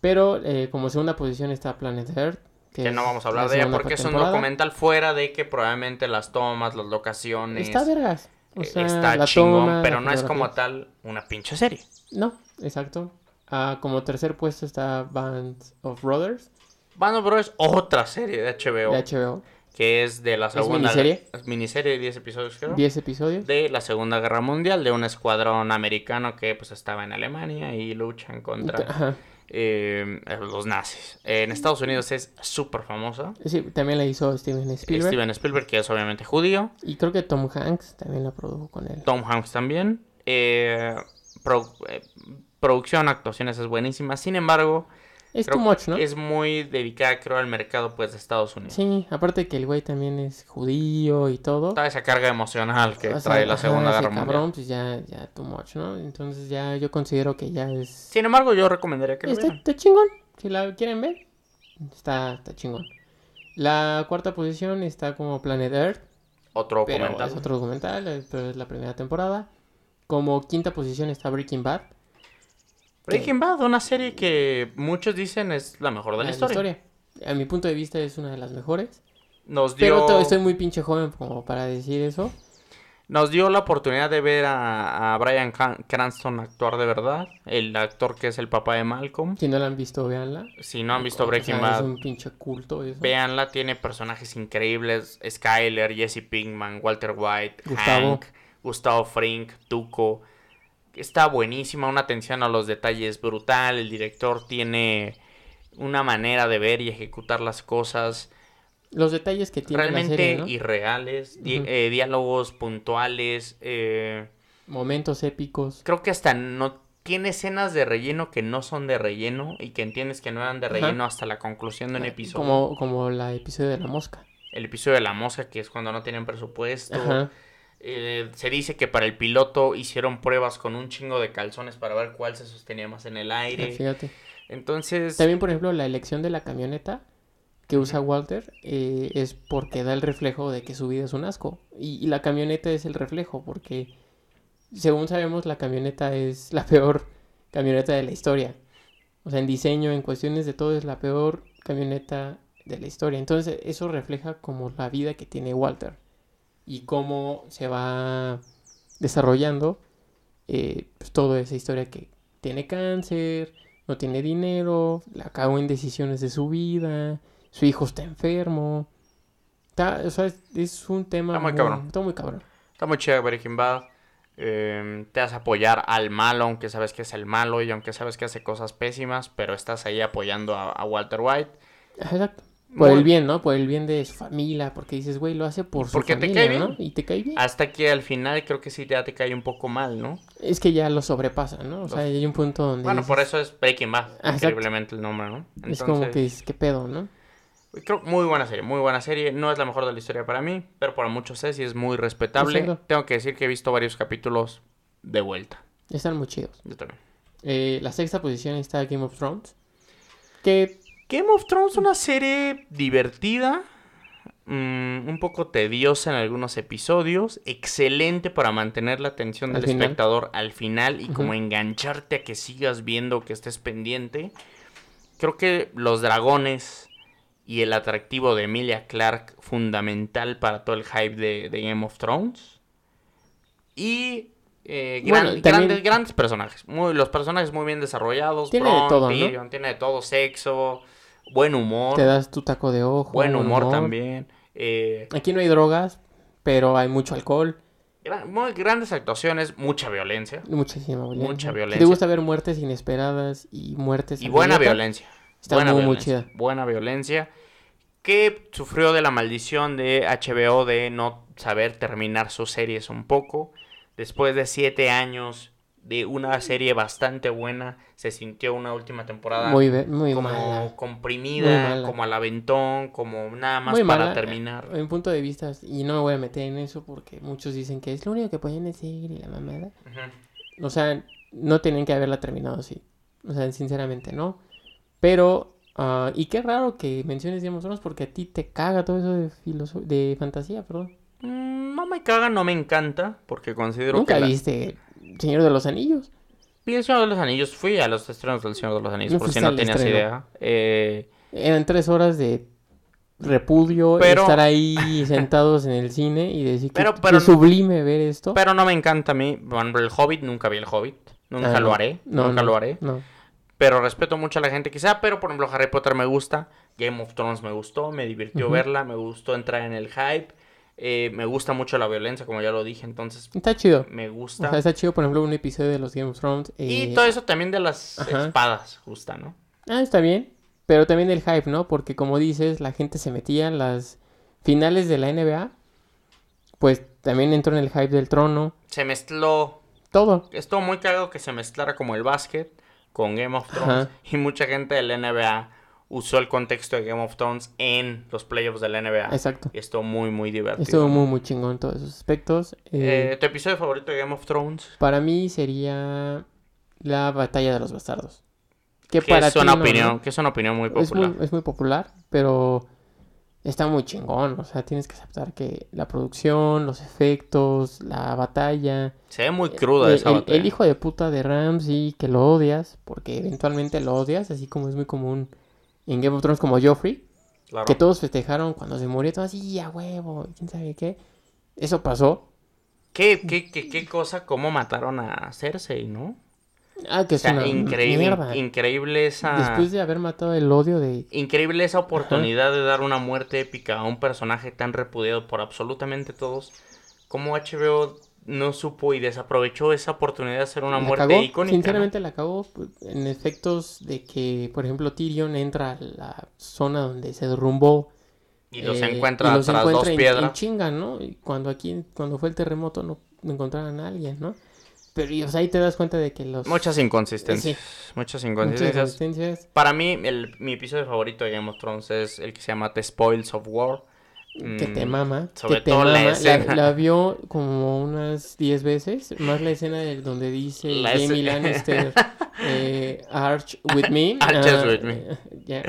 S2: pero eh, como segunda posición está Planet Earth.
S1: Que
S2: es
S1: no vamos a
S2: la
S1: hablar de ella
S2: segunda
S1: porque es un
S2: temporada.
S1: documental fuera de que probablemente las tomas, las locaciones,
S2: Está vergas. O
S1: eh,
S2: sea,
S1: está
S2: la
S1: chingón,
S2: toma,
S1: pero
S2: la
S1: no es como
S2: fotografía.
S1: tal una pinche serie.
S2: No, exacto. Ah, como tercer puesto está Band of Brothers
S1: Band of Brothers, otra serie de HBO,
S2: de HBO.
S1: que es de la
S2: ¿Es
S1: segunda...
S2: miniserie?
S1: es miniserie de 10 episodios, creo.
S2: 10 episodios.
S1: De la Segunda Guerra Mundial, de un escuadrón americano que pues estaba en Alemania y luchan contra
S2: Ajá.
S1: eh, los nazis. En Estados Unidos es súper famosa.
S2: Sí, también la hizo Steven Spielberg.
S1: Steven Spielberg, que es obviamente judío.
S2: Y creo que Tom Hanks también la produjo con él.
S1: Tom Hanks también. Eh, pro- eh, producción, actuaciones es buenísima. Sin embargo,
S2: Es
S1: creo
S2: too much, ¿no?
S1: es muy dedicada, creo, al mercado pues de Estados Unidos.
S2: Sí, aparte que el güey también es judío y todo.
S1: Toda esa carga emocional que
S2: O sea,
S1: trae la
S2: ajá,
S1: Segunda
S2: ese
S1: Guerra Mundial.
S2: cabrón, pues ya, ya too much, ¿no? Entonces ya yo considero que ya es...
S1: Sin embargo, yo recomendaría que lo
S2: está,
S1: vieran.
S2: está chingón, si la quieren ver, está, está chingón. La cuarta posición está como Planet Earth,
S1: Otro
S2: pero
S1: documental.
S2: es otro documental, eh, pero es la primera temporada. Como quinta posición está Breaking Bad,
S1: Breaking Bad, una serie que muchos dicen es la mejor de la, historia.
S2: A mi punto de vista es una de las mejores.
S1: Nos
S2: Pero
S1: dio,
S2: to- estoy muy pinche joven como para decir eso.
S1: nos dio la oportunidad de ver a, a Brian Cran- Cranston actuar de verdad, el actor que es el papá de Malcolm.
S2: Si no la han visto, véanla.
S1: Si no han visto
S2: O sea,
S1: Breaking Bad,
S2: Es un pinche culto eso.
S1: Veanla, tiene personajes increíbles. Skyler, Jesse Pinkman, Walter White,
S2: Gustavo.
S1: Hank, Gustavo Frink, Tuco. Está buenísima, una atención a los detalles brutal. El director tiene una manera de ver y ejecutar las cosas
S2: Los detalles que tiene
S1: realmente
S2: la serie, ¿no?
S1: irreales. di-
S2: Ujú.
S1: eh, diálogos puntuales. eh,
S2: Momentos épicos.
S1: creo que hasta no tiene escenas de relleno que no son de relleno y que entiendes que no eran de
S2: Ajá.
S1: relleno hasta la conclusión de un
S2: Ah,
S1: episodio.
S2: Como, como la episodio de la mosca.
S1: el episodio de la mosca, que es cuando no tenían presupuesto.
S2: Ajá.
S1: Eh, se dice que para el piloto hicieron pruebas con un chingo de calzones para ver cuál se sostenía más en el aire.
S2: Fíjate.
S1: Entonces,
S2: También, por ejemplo, la elección de la camioneta que usa Walter eh, es porque da el reflejo de que su vida es un asco. Y, y la camioneta es el reflejo, porque según sabemos, la camioneta es la peor camioneta de la historia. O sea, en diseño, en cuestiones de todo, es la peor camioneta de la historia. Entonces, eso refleja como la vida que tiene Walter y cómo se va desarrollando eh, pues, toda esa historia que tiene cáncer, no tiene dinero, la cago en decisiones de su vida, su hijo está enfermo. Está, o sea, es, es un tema
S1: Está muy cabrón.
S2: Está muy cabrón.
S1: está muy chida Breaking Bad. Eh, te hace apoyar al malo, aunque sabes que es el malo y aunque sabes que hace cosas pésimas, pero estás ahí apoyando a, a Walter White.
S2: Ajá, Exacto. Por
S1: Muy-
S2: el bien, ¿no? Por el bien de su familia, porque dices, güey, lo hace por su
S1: Porque te
S2: familia,
S1: cae
S2: ¿no?
S1: bien. Ah.
S2: Y te cae bien.
S1: Hasta que al final creo que sí ya te cae un poco mal, ¿no?
S2: Es que ya lo sobrepasa, ¿no? O sea, hay un punto donde
S1: Bueno,
S2: dices,
S1: por eso es Breaking Bad,
S2: Exacto.
S1: increíblemente el nombre, ¿no?
S2: es como que dices, ¿qué pedo, no?
S1: Creo muy buena serie, muy buena serie. No es la mejor de la historia para mí, pero para muchos es y es muy respetable.
S2: Exacto.
S1: Tengo que decir que he visto varios capítulos de vuelta.
S2: Están muy chidos.
S1: Yo también.
S2: Eh, la sexta posición está Game of Thrones, que
S1: Game of Thrones, una serie divertida, mm, un poco tediosa en algunos episodios, excelente para mantener la atención
S2: Al
S1: del
S2: final.
S1: espectador al final y
S2: Ujú.
S1: como engancharte a que sigas viendo, que estés pendiente. Creo que los dragones y el atractivo de Emilia Clark fundamental para todo el hype de, de Game of Thrones. Y eh, gran-
S2: Bueno, también-
S1: grandes, grandes personajes. Muy, los personajes muy bien desarrollados.
S2: Tiene de todo, ¿no?
S1: Tyrion, tiene de todo, sexo, buen humor,
S2: te das tu taco de ojo.
S1: buen humor, también. eh,
S2: Aquí no hay drogas, pero hay mucho alcohol,
S1: gran- muy grandes actuaciones, mucha violencia
S2: muchísima violencia.
S1: Mucha
S2: Si
S1: violencia.
S2: te gusta ver muertes inesperadas y muertes...
S1: y
S2: a
S1: buena
S2: maneta,
S1: violencia.
S2: Está
S1: buena
S2: muy, muy
S1: violencia,
S2: chida.
S1: Buena violencia. Que sufrió de la maldición de HBO de no saber terminar sus series un poco. Después de siete años de una serie bastante buena, se sintió una última temporada
S2: Muy, be- muy
S1: como
S2: mala. Muy
S1: comprimida,
S2: mala.
S1: como al aventón, como nada más
S2: Muy
S1: para
S2: mala,
S1: terminar.
S2: En punto de vista, y no me voy a meter en eso porque muchos dicen que es lo único que pueden decir y la mamada.
S1: Ujú.
S2: O sea, no tenían que haberla terminado así. O sea, sinceramente no. Pero, ah, y qué raro que menciones Game of Thrones porque a ti te caga todo eso de, filoso- de fantasía, perdón.
S1: Mm, No me caga, no me encanta, porque considero
S2: Nunca
S1: que la-
S2: viste Señor de los Anillos.
S1: Vi El Señor de los Anillos, fui a los estrenos del Señor de los Anillos,
S2: No
S1: por si
S2: fuiste
S1: no
S2: al
S1: tenías
S2: estreno.
S1: idea. Eh,
S2: Eran tres horas de repudio, y
S1: Pero-
S2: estar ahí sentados en el cine y decir que
S1: Pero- pero-
S2: sublime ver esto.
S1: Pero no me encanta a mí. Por ejemplo, el Hobbit, nunca vi el Hobbit. Nunca
S2: Ah,
S1: lo
S2: no.
S1: haré.
S2: No,
S1: nunca
S2: no,
S1: lo haré.
S2: No.
S1: Pero respeto mucho a la gente quizá, pero por ejemplo Harry Potter me gusta, Game of Thrones me gustó, me divirtió
S2: Ujú.
S1: verla, me gustó entrar en el hype, eh, me gusta mucho la violencia, como ya lo dije, entonces
S2: Está chido.
S1: me
S2: O
S1: gusta.
S2: sea, está chido, por ejemplo, un episodio de los Game of Thrones. eh,
S1: Y todo eso también de las
S2: Ajá.
S1: espadas, gusta, ¿no?
S2: Ah, está bien. Pero también el hype, ¿no? Porque como dices, la gente se metía en las finales de la NBA. Pues también entró en el hype del trono.
S1: Se mezcló,
S2: Todo.
S1: estuvo muy cagado que se mezclara como el básquet con Game of
S2: Ajá.
S1: Thrones. Y mucha gente del NBA usó el contexto de Game of Thrones en los playoffs del NBA.
S2: Exacto.
S1: Y estuvo muy, muy divertido.
S2: Estuvo muy, muy chingón en todos esos aspectos. Eh,
S1: Eh, ¿Tu episodio favorito de Game of Thrones?
S2: Para mí sería la batalla de los bastardos. Que
S1: Que es
S2: ti
S1: una
S2: no,
S1: opinión,
S2: ¿no?
S1: que es una opinión muy
S2: Es
S1: popular.
S2: muy, es muy popular, pero está muy chingón. O sea, tienes que aceptar que la producción, los efectos, la batalla.
S1: Se ve muy cruda
S2: el,
S1: esa
S2: eh, el-
S1: batalla.
S2: el hijo de puta de Ramsey, que lo odias, porque eventualmente lo odias, así como es muy común en Game of Thrones como Joffrey,
S1: Claro.
S2: que todos festejaron cuando se murió, todo así, a huevo, y quién sabe qué. Eso pasó.
S1: ¿Qué, qué, qué, qué cosa? ¿Cómo mataron a Cersei, no?
S2: Ah, que
S1: O
S2: es
S1: sea,
S2: una
S1: increíble,
S2: mierda.
S1: increíble esa...
S2: Después de haber matado el odio de
S1: Increíble esa oportunidad de dar una muerte épica a un personaje tan repudiado por absolutamente todos. Como HBO no supo y desaprovechó esa oportunidad de hacer una
S2: la
S1: muerte
S2: cagó,
S1: icónica. ¿no?
S2: Sinceramente la cagó pues, en efectos de que, por ejemplo, Tyrion entra a la zona donde se derrumbó.
S1: Y los
S2: eh,
S1: encuentra
S2: y los
S1: tras
S2: encuentra
S1: dos
S2: en-
S1: piedras.
S2: en chinga, ¿no? Y cuando aquí, cuando fue el terremoto, no, no encontraron a alguien, ¿no? Pero y, o sea, ahí te das cuenta de que los...
S1: Muchas inconsistencias. Muchas
S2: muchas
S1: inconsistencias.
S2: inconsistencias.
S1: Para mí, el, mi episodio favorito de Game of Thrones es el que se llama The Spoils of War.
S2: Que te
S1: Mm,
S2: mama,
S1: sobre
S2: que te
S1: todo la
S2: mama.
S1: escena.
S2: la vio como unas 10 veces, más la escena de donde dice
S1: La
S2: Jamie
S1: escena-
S2: Lannister, eh, Arch with me.
S1: Arches
S2: ah,
S1: with me.
S2: ya.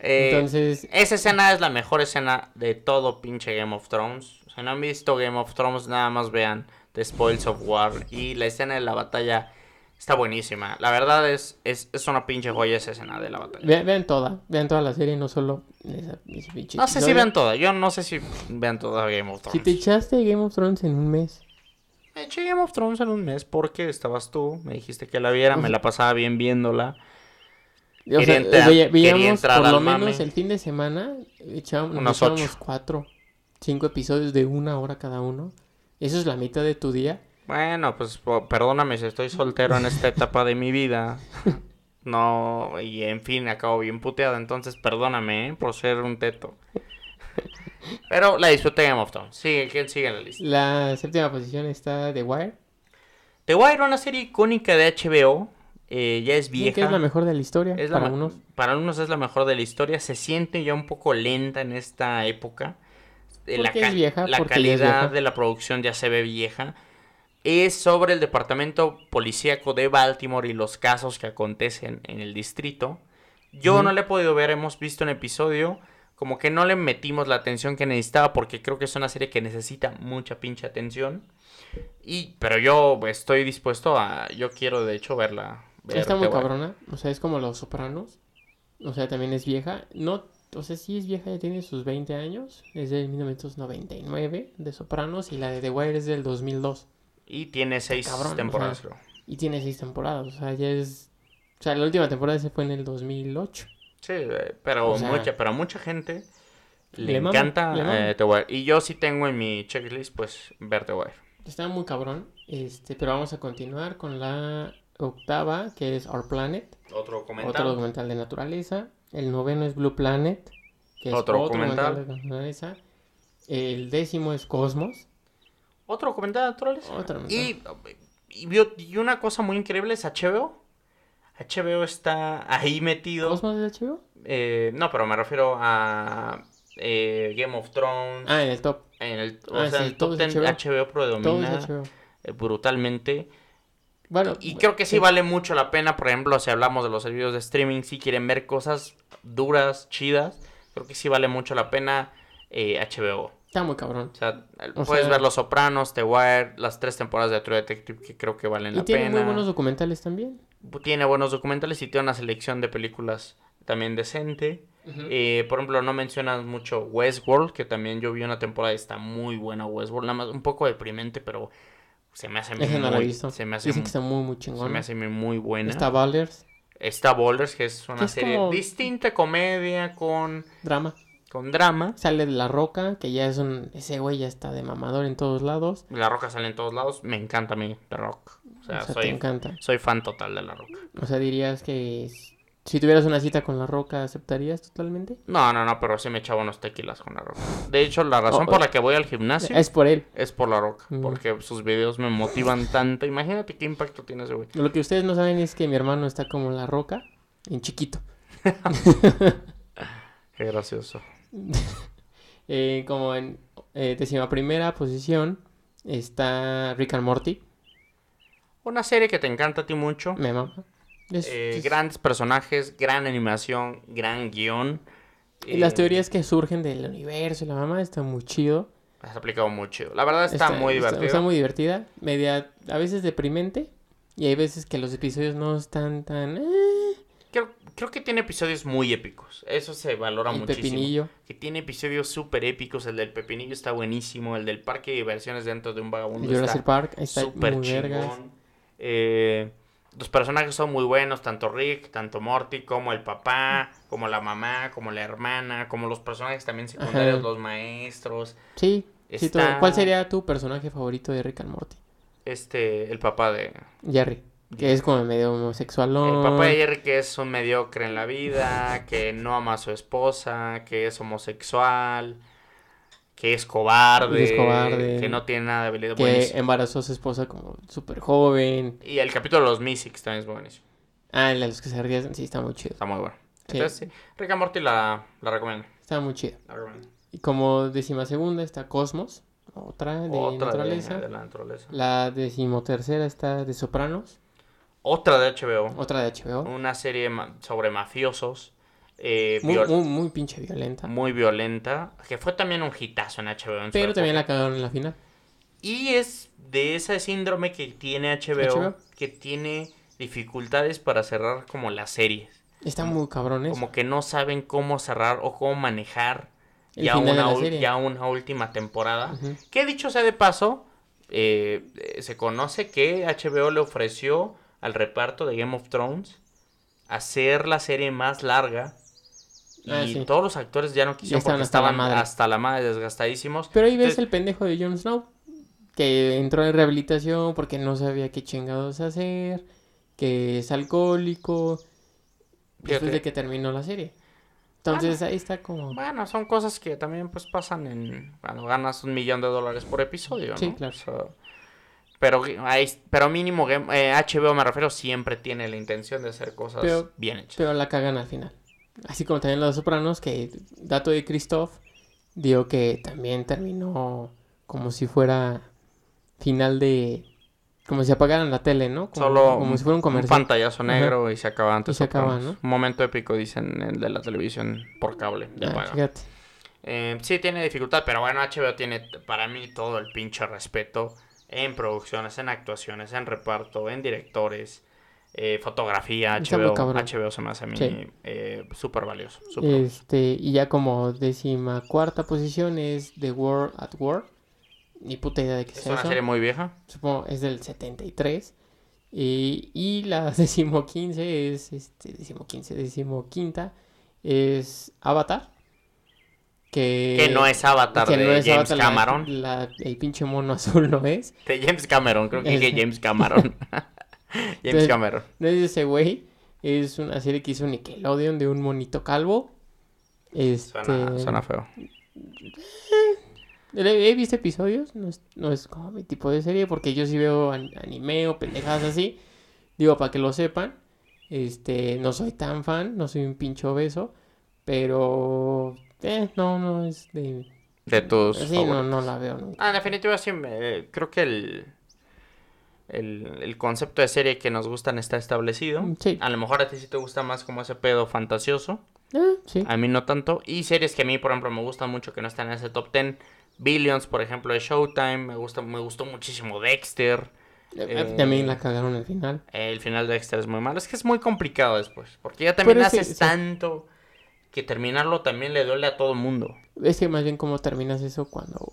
S1: eh,
S2: Entonces,
S1: Esa escena es la mejor escena de todo pinche Game of Thrones. Si no han visto Game of Thrones, nada más vean The Spoils of War. Y la escena de la batalla está buenísima. La verdad es, es, es una pinche joya esa escena de la batalla.
S2: ve- vean toda, vean toda la serie, no solo esa ese pinche
S1: No sé si
S2: episodio.
S1: vean toda. Yo no sé si vean toda Game of
S2: Si te
S1: Thrones.
S2: echaste Game of Thrones en un mes,
S1: Me eché Game of Thrones en un mes porque estabas tú. Me dijiste que la viera. Me la pasaba bien viéndola.
S2: o
S1: Quería
S2: sea,
S1: entrar-
S2: veía-
S1: quería
S2: veíamos
S1: entrar
S2: por
S1: al
S2: lo
S1: mame.
S2: menos el fin de semana, echábamos,
S1: Unos
S2: nos echábamos
S1: ocho.
S2: cuatro, cinco episodios de una hora cada uno. Eso es la mitad de tu día.
S1: Bueno, pues po- perdóname si estoy soltero en esta etapa de mi vida. No, y en fin, acabo bien puteado, entonces perdóname ¿eh? por ser un teto. Pero la disfruté Game of Thrones. Sigue, ¿quién sigue en la lista?
S2: La séptima posición está The Wire.
S1: The Wire, una serie icónica de HBO, eh, ya es
S2: Dicen
S1: vieja.
S2: que es la mejor de la historia
S1: Es la
S2: para
S1: ma-
S2: unos.
S1: para unos es la mejor de la historia. Se siente ya un poco lenta en esta época. Eh, la
S2: Porque es
S1: ca-
S2: vieja,
S1: la
S2: porque ya
S1: calidad
S2: es vieja.
S1: de la producción ya se ve vieja. Es sobre el departamento policíaco de Baltimore y los casos que acontecen en el distrito. Yo
S2: Ujú.
S1: no le he podido ver, hemos visto un episodio. Como que no le metimos la atención que necesitaba porque creo que es una serie que necesita mucha pinche atención. Y, pero yo estoy dispuesto a... Yo quiero de hecho verla. ver
S2: Está muy
S1: The Wire.
S2: cabrona. O sea, es como Los Sopranos. O sea, también es vieja. No, o sea, sí es vieja, ya tiene sus 20 años. Es de 1999 de Sopranos y la de The Wire es del 2002.
S1: Y tiene seis
S2: cabrón, o sea,
S1: temporadas, creo.
S2: Y tiene seis temporadas. O sea, ya es... O sea, la última temporada se fue en el 2008.
S1: Sí, eh, pero,
S2: o sea,
S1: mucha, pero mucha gente le,
S2: le mama,
S1: encanta
S2: le mama.
S1: eh, The Wire. Y yo sí tengo en mi checklist, pues, ver The Wire.
S2: Está muy cabrón. Este, pero vamos a continuar con la octava, que es Our Planet.
S1: Otro
S2: Otro documental de naturaleza. El noveno es Blue Planet, que es
S1: Otro
S2: otro,
S1: documental.
S2: documental. de naturaleza. El décimo es Cosmos.
S1: Otro documental de naturaleza.
S2: Otro
S1: y, y, vio- y una cosa muy increíble es HBO. HBO está ahí metido.
S2: ¿Cosmos es HBO?
S1: Eh, no, pero me refiero a eh, Game of Thrones.
S2: Ah, en el top.
S1: En el, o
S2: ah,
S1: sea,
S2: sí,
S1: el top
S2: todo
S1: 10
S2: es HBO.
S1: HBO
S2: Todo
S1: predomina
S2: es HBO.
S1: eh, brutalmente.
S2: Bueno,
S1: Y creo que sí vale mucho la pena, por ejemplo, si hablamos de los servicios de streaming, si quieren ver cosas duras, chidas, creo que sí vale mucho la pena eh, HBO.
S2: Está muy cabrón.
S1: O sea, el-
S2: O
S1: puedes
S2: sea-
S1: ver Los Sopranos, The Wire, las tres temporadas de True Detective que creo que valen
S2: Y
S1: la
S2: tiene
S1: pena.
S2: muy buenos documentales también.
S1: Tiene buenos documentales y tiene una selección de películas también decente.
S2: Ujú.
S1: Eh, por ejemplo, no mencionas mucho Westworld, que también yo vi una temporada y está muy buena Westworld, nada más un poco deprimente, pero se me hace
S2: Ese no lo he
S1: muy,
S2: visto.
S1: se me hace
S2: Dicen
S1: mu-
S2: que está muy, muy
S1: se
S2: chingón.
S1: me hace muy buena.
S2: Está Valers.
S1: Está Boulders, que es una
S2: Es
S1: serie
S2: como-
S1: distinta, comedia con,
S2: Drama.
S1: con drama.
S2: Sale de la roca, que ya es un. Ese güey ya está de mamador en todos lados.
S1: La Roca sale en todos lados. Me encanta a mí The Rock. O sea,
S2: o sea, te
S1: soy,
S2: encanta.
S1: soy fan total de La Roca.
S2: O sea, dirías que s- si tuvieras una cita con la roca, ¿aceptarías totalmente?
S1: No, no, no, pero sí me echaba unos tequilas con La Roca. De hecho, la razón
S2: Oh,
S1: por la que voy al gimnasio
S2: Es por él.
S1: es por La Roca.
S2: Mm.
S1: Porque sus videos me motivan tanto. Imagínate qué impacto tiene ese güey.
S2: Lo que ustedes no saben es que mi hermano está como la roca en chiquito.
S1: Qué gracioso.
S2: Eh, como en eh, décima primera posición está Rick and Morty.
S1: Una serie que te encanta a ti mucho.
S2: Me mama. Es-
S1: Eh,
S2: es-
S1: grandes personajes, gran animación, gran guión.
S2: y las
S1: Eh,
S2: teorías que surgen del universo y la mamá está muy chido.
S1: Las has aplicado mucho. La verdad está, muy divertido.
S2: Está muy divertida. Media, a veces deprimente. Y hay veces que los episodios no están tan. eh,
S1: Creo, creo que tiene episodios muy épicos. Eso se valora
S2: el
S1: muchísimo.
S2: pepinillo.
S1: Que tiene episodios súper épicos. El del Pepinillo está buenísimo. El del Parque de Diversiones dentro de un
S2: El
S1: vagabundo
S2: Jurassic
S1: está
S2: Park. Está
S1: súper
S2: muy vergas.
S1: chingón. Eh, los personajes son muy buenos. Tanto Rick, tanto Morty, como el papá, como la mamá, como la hermana, como los personajes también secundarios,
S2: Ajá.
S1: los maestros.
S2: Sí. sí, todo.
S1: Está-
S2: ¿Cuál sería tu personaje favorito de Rick and Morty?
S1: Este, el papá de...
S2: Jerry. Que es como medio homosexualón.
S1: El papá de Jerry que es un mediocre en la vida, que no ama a su esposa, que es homosexual, que es cobarde,
S2: Es cobarde.
S1: que no tiene nada de habilidad.
S2: Que
S1: buenísimo.
S2: embarazó a su esposa como súper joven.
S1: Y el capítulo de los Mystics también es buenísimo.
S2: Ah, el de los que se arriesgan, sí, está muy chido.
S1: Está muy bueno.
S2: Sí.
S1: Entonces, sí, Rick and Morty la, la recomiendo.
S2: Está muy chido.
S1: la recomiendo.
S2: Y como décima segunda está Cosmos, otra de
S1: Otra de-
S2: naturaleza.
S1: De, la naturaleza.
S2: La decimotercera está de Sopranos,
S1: Otra de HBO.
S2: otra de HBO.
S1: Una serie ma- sobre mafiosos. eh,
S2: Muy,
S1: viol- muy,
S2: muy, muy pinche violenta.
S1: violenta. Que fue también un hitazo en HBO. en su
S2: Pero también
S1: época.
S2: la cagaron en la final.
S1: Y es de ese síndrome que tiene HBO,
S2: HBO.
S1: que tiene dificultades para cerrar como las series.
S2: Está muy cabrones.
S1: Como que no saben cómo cerrar o cómo manejar
S2: El
S1: ya
S2: final de
S1: una,
S2: la
S1: ul-
S2: serie.
S1: ya una última temporada.
S2: Ujú.
S1: Que dicho sea de paso, eh, eh, se conoce que HBO le ofreció al reparto de Game of Thrones hacer la serie más larga. Y
S2: Ah, sí.
S1: todos los actores ya no quisieron
S2: estaban
S1: porque
S2: hasta la
S1: estaban
S2: madre.
S1: hasta la madre desgastadísimos.
S2: Pero ahí ves
S1: Entonces-
S2: el pendejo de Jon Snow, que entró en rehabilitación porque no sabía qué chingados hacer, que es alcohólico, después
S1: Fíjate.
S2: de que terminó la serie. Entonces ahí está como...
S1: Bueno, son cosas que también pues pasan en cuando ganas un millón de dólares por episodio, ¿no?
S2: Sí, claro.
S1: O sea, pero, ahí- pero mínimo Game- eh, HBO me refiero siempre tiene la intención de hacer cosas
S2: Pero-
S1: bien hechas.
S2: Pero la cagan al final. Así como también Los Sopranos, que dato de Christoph dio que también terminó como si fuera final de. Como si apagaran la tele, ¿no? Como,
S1: Solo
S2: como si fuera un
S1: un
S2: comercial.
S1: pantallazo
S2: Ajá.
S1: negro y se acaba antes.
S2: Y se acaba, ¿no?
S1: Un momento épico, dicen el de la televisión por cable. de
S2: Ah,
S1: paga.
S2: fíjate.
S1: Eh, sí, tiene dificultad, pero bueno, HBO tiene t- para mí todo el pinche respeto en producciones, en actuaciones, en reparto, en directores, eh, fotografía.
S2: Está muy
S1: HBO,
S2: cabrón.
S1: HBO se me hace a mí
S2: Sí.
S1: eh, súper valioso. súper valioso.
S2: Este, y ya como décima cuarta posición es The World at War. Ni puta idea de qué
S1: Es
S2: sea
S1: una
S2: eso.
S1: serie muy vieja.
S2: Supongo es del 73. Y, y la decimoquince es, este, decimoquince, decimoquinta es Avatar. Que,
S1: que no es Avatar
S2: Eh, que
S1: de
S2: no es
S1: James
S2: Avatar, la-
S1: Cameron.
S2: la- el pinche mono azul no es.
S1: De James Cameron, creo que dije
S2: Ese.
S1: James Cameron. James
S2: Entonces-
S1: Cameron.
S2: No es ese güey. Es una serie que hizo Nickelodeon de un monito calvo. Este,
S1: Suena, suena feo.
S2: He he visto episodios, no es, no es como mi tipo de serie, porque yo sí veo an- anime o pendejadas así. Digo, para que lo sepan, este, no soy tan fan, no soy un pincho obeso, pero eh, no, no es de...
S1: De tus
S2: pues Sí,
S1: favoritos.
S2: no, no la veo nunca.
S1: Ah, en definitiva, sí, me- eh, creo que el, el, el concepto de serie que nos gustan está establecido.
S2: Mm, sí.
S1: A lo mejor a ti sí te gusta más como ese pedo fantasioso,
S2: Ah, sí.
S1: a mí no tanto. Y series que a mí, por ejemplo, me gustan mucho que no están en ese top 10. Billions, por ejemplo, de Showtime, me, gusta, me gustó muchísimo Dexter.
S2: Eh,
S1: eh,
S2: También la cagaron al final.
S1: El final de Dexter es muy malo, es que es muy complicado después, porque ya también
S2: Pero sí,
S1: haces
S2: sí.
S1: tanto que terminarlo también le duele a todo el mundo.
S2: Es que más bien como terminas eso cuando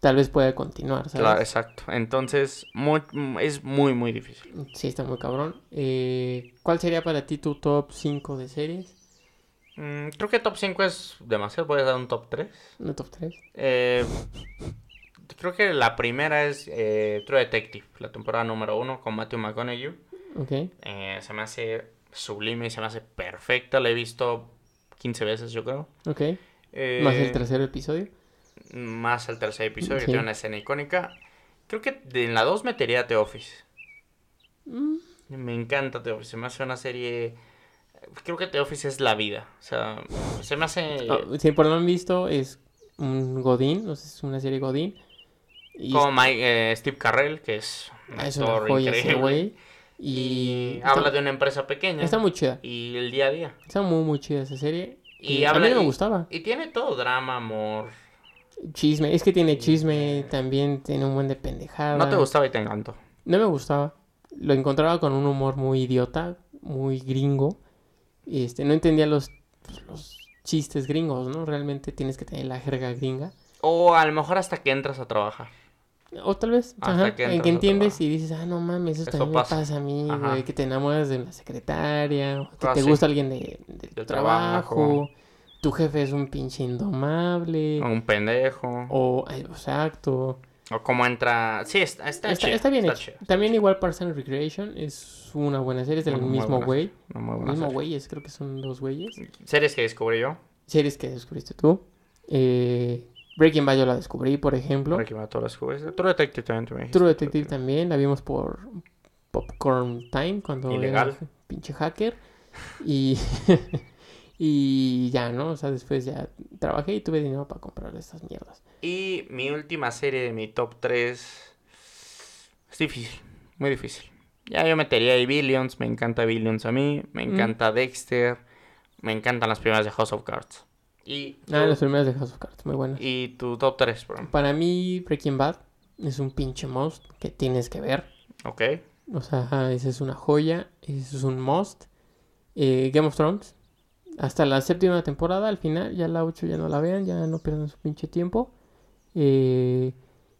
S2: tal vez pueda continuar, ¿sabes?
S1: Claro, exacto. Entonces, muy- es muy, muy difícil.
S2: Sí, está muy cabrón. Eh, ¿Cuál sería para ti tu top 5 de series?
S1: Mm, creo que top 5 es demasiado. Voy a dar un top 3.
S2: ¿No top 3?
S1: creo que la primera es eh, True Detective, la temporada número 1 con Matthew McConaughey.
S2: Ok.
S1: Eh, se me hace sublime, se me hace perfecta. La he visto 15 veces, yo creo.
S2: Ok.
S1: Eh,
S2: Más el tercer episodio.
S1: Más el tercer episodio,
S2: Sí.
S1: que tiene una escena icónica. Creo que de- en la 2 metería a The Office.
S2: Mm,
S1: Me encanta The Office, se me hace una serie... Creo que The Office es la vida. O sea, se me hace...
S2: oh, si por lo han visto, es un Godín. No sé, es una serie Godín. Y Ah,
S1: Como Mike- eh, Steve Carrell, que es un
S2: es una
S1: actor
S2: joya ese
S1: increíble.
S2: güey.
S1: Y,
S2: Y,
S1: habla
S2: está,
S1: de una empresa pequeña.
S2: está muy chida.
S1: Y el día a día.
S2: Está muy, muy chida esa serie.
S1: Y
S2: Y a
S1: habla-
S2: mí no me
S1: y-
S2: gustaba.
S1: Y tiene todo, drama, amor.
S2: Chisme. Es que tiene chisme, también tiene un buen de pendejada.
S1: No te gustaba y te encantó.
S2: No me gustaba. Lo encontraba con un humor muy idiota, muy gringo. Y este, no entendía los, pues, los chistes gringos, ¿no? Realmente tienes que tener la jerga gringa.
S1: O a lo mejor hasta que entras a trabajar.
S2: O tal vez,
S1: Hasta
S2: ajá,
S1: que
S2: en
S1: entras a
S2: que entiendes
S1: trabajar.
S2: y dices, ah, no mames, eso,
S1: Eso
S2: también
S1: pasa.
S2: me pasa a mí,
S1: Ajá.
S2: güey, que te enamoras de una secretaria, o que
S1: Ah,
S2: te
S1: sí.
S2: gusta alguien de, del
S1: Del
S2: trabajo,
S1: trabajo.
S2: tu jefe es un pinche indomable,
S1: O un pendejo.
S2: o, ay, exacto.
S1: O cómo entra. Sí, está, está,
S2: Está,
S1: chida,
S2: está bien
S1: está
S2: hecho.
S1: chida.
S2: También igual Parks and Recreation es una buena serie, es del
S1: Una muy
S2: mismo
S1: buena Mm.
S2: güey.
S1: No me
S2: El
S1: voy a
S2: mismo
S1: hacer.
S2: güey, es, creo que son dos güeyes.
S1: Series que descubrí yo.
S2: Series que descubriste tú. Eh, Breaking Bad yo la descubrí, por ejemplo.
S1: Ricky mató a las cubas. True Detective también tú me dijiste.
S2: True Detective también, la vimos por Popcorn Time cuando
S1: Ilegal.
S2: era pinche hacker. Y, y ya, ¿no? O sea, después ya trabajé y tuve dinero para comprar estas mierdas.
S1: Y mi última serie de mi top 3. Es difícil. Muy difícil. Ya yo metería ahí Billions. Me encanta Billions a mí. Me
S2: Mm.
S1: encanta Dexter. Me encantan las primeras de House of Cards. Y,
S2: Ah, las primeras de House of Cards, muy buenas.
S1: y tu top 3, bro.
S2: Para mí, Breaking Bad es un pinche must que tienes que ver.
S1: Ok.
S2: O sea, ajá, esa es una joya, ese es un must. Eh, Game of Thrones, hasta la séptima temporada, al final, ya la ocho ya no la vean, ya no pierdan su pinche tiempo. Eh,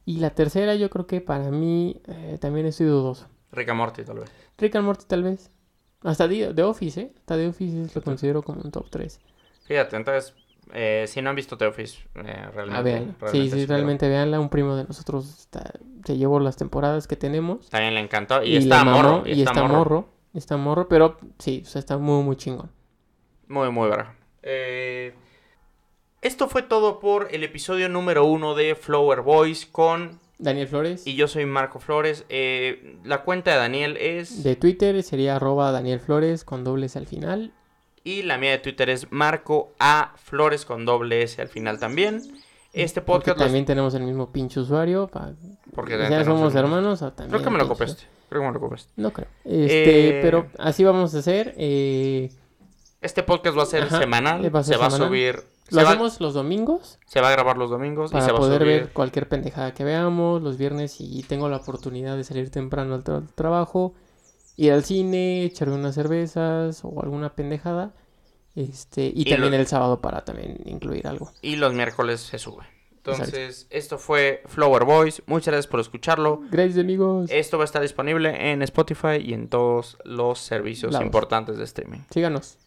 S2: y la tercera, yo creo que para mí eh, también estoy dudoso.
S1: Rick and Morty, tal vez.
S2: Rick and Morty, tal vez. Hasta The, The Office, ¿eh? Hasta The Office es- lo considero como un top 3.
S1: Fíjate, entonces. eh, si no han visto The Office, eh, realmente.
S2: A ver, Ah, sí,
S1: realmente
S2: sí,
S1: pero
S2: realmente veanla. Un primo de nosotros está- se llevó las temporadas que tenemos.
S1: También le encantó. Y,
S2: le
S1: está
S2: mamó,
S1: morro.
S2: Y está morro. Está morro, pero sí, o sea, está muy, muy chingón.
S1: Muy, muy bravo. esto fue todo por el episodio número uno de Flower Boys con...
S2: Daniel Flores.
S1: Y yo soy Marco Flores. Eh, la cuenta de Daniel es...
S2: De Twitter sería arroba Daniel Flores con dobles al final.
S1: Y la mía de Twitter es Marco A Flores con doble S al final también. Este
S2: Porque
S1: podcast... lo-
S2: también tenemos el mismo pinche usuario. pa-
S1: Porque
S2: ya
S1: tenemos
S2: somos
S1: el-
S2: hermanos. o también
S1: Creo que me lo
S2: pinche-
S1: copiaste. Creo que me lo copiaste.
S2: No creo. Este,
S1: Eh,
S2: Pero así vamos a hacer. eh,
S1: Este podcast va a ser
S2: Ajá,
S1: semanal.
S2: va a ser
S1: se va a
S2: semanal.
S1: subir...
S2: lo
S1: Se va,
S2: hacemos los domingos
S1: se va a grabar los domingos y se
S2: para
S1: va a subir...
S2: poder ver cualquier pendejada que veamos. Los viernes y tengo la oportunidad de salir temprano al tra- trabajo, ir al cine, echarme unas cervezas o alguna pendejada. Este, y,
S1: Y
S2: también
S1: lo-
S2: el sábado para también incluir algo.
S1: Y los miércoles se sube. Entonces, esto fue Flower Boys. Muchas gracias por escucharlo.
S2: Gracias amigos.
S1: Eh, Esto va a estar disponible en Spotify y en todos los servicios
S2: Lados.
S1: importantes de streaming.
S2: Síganos.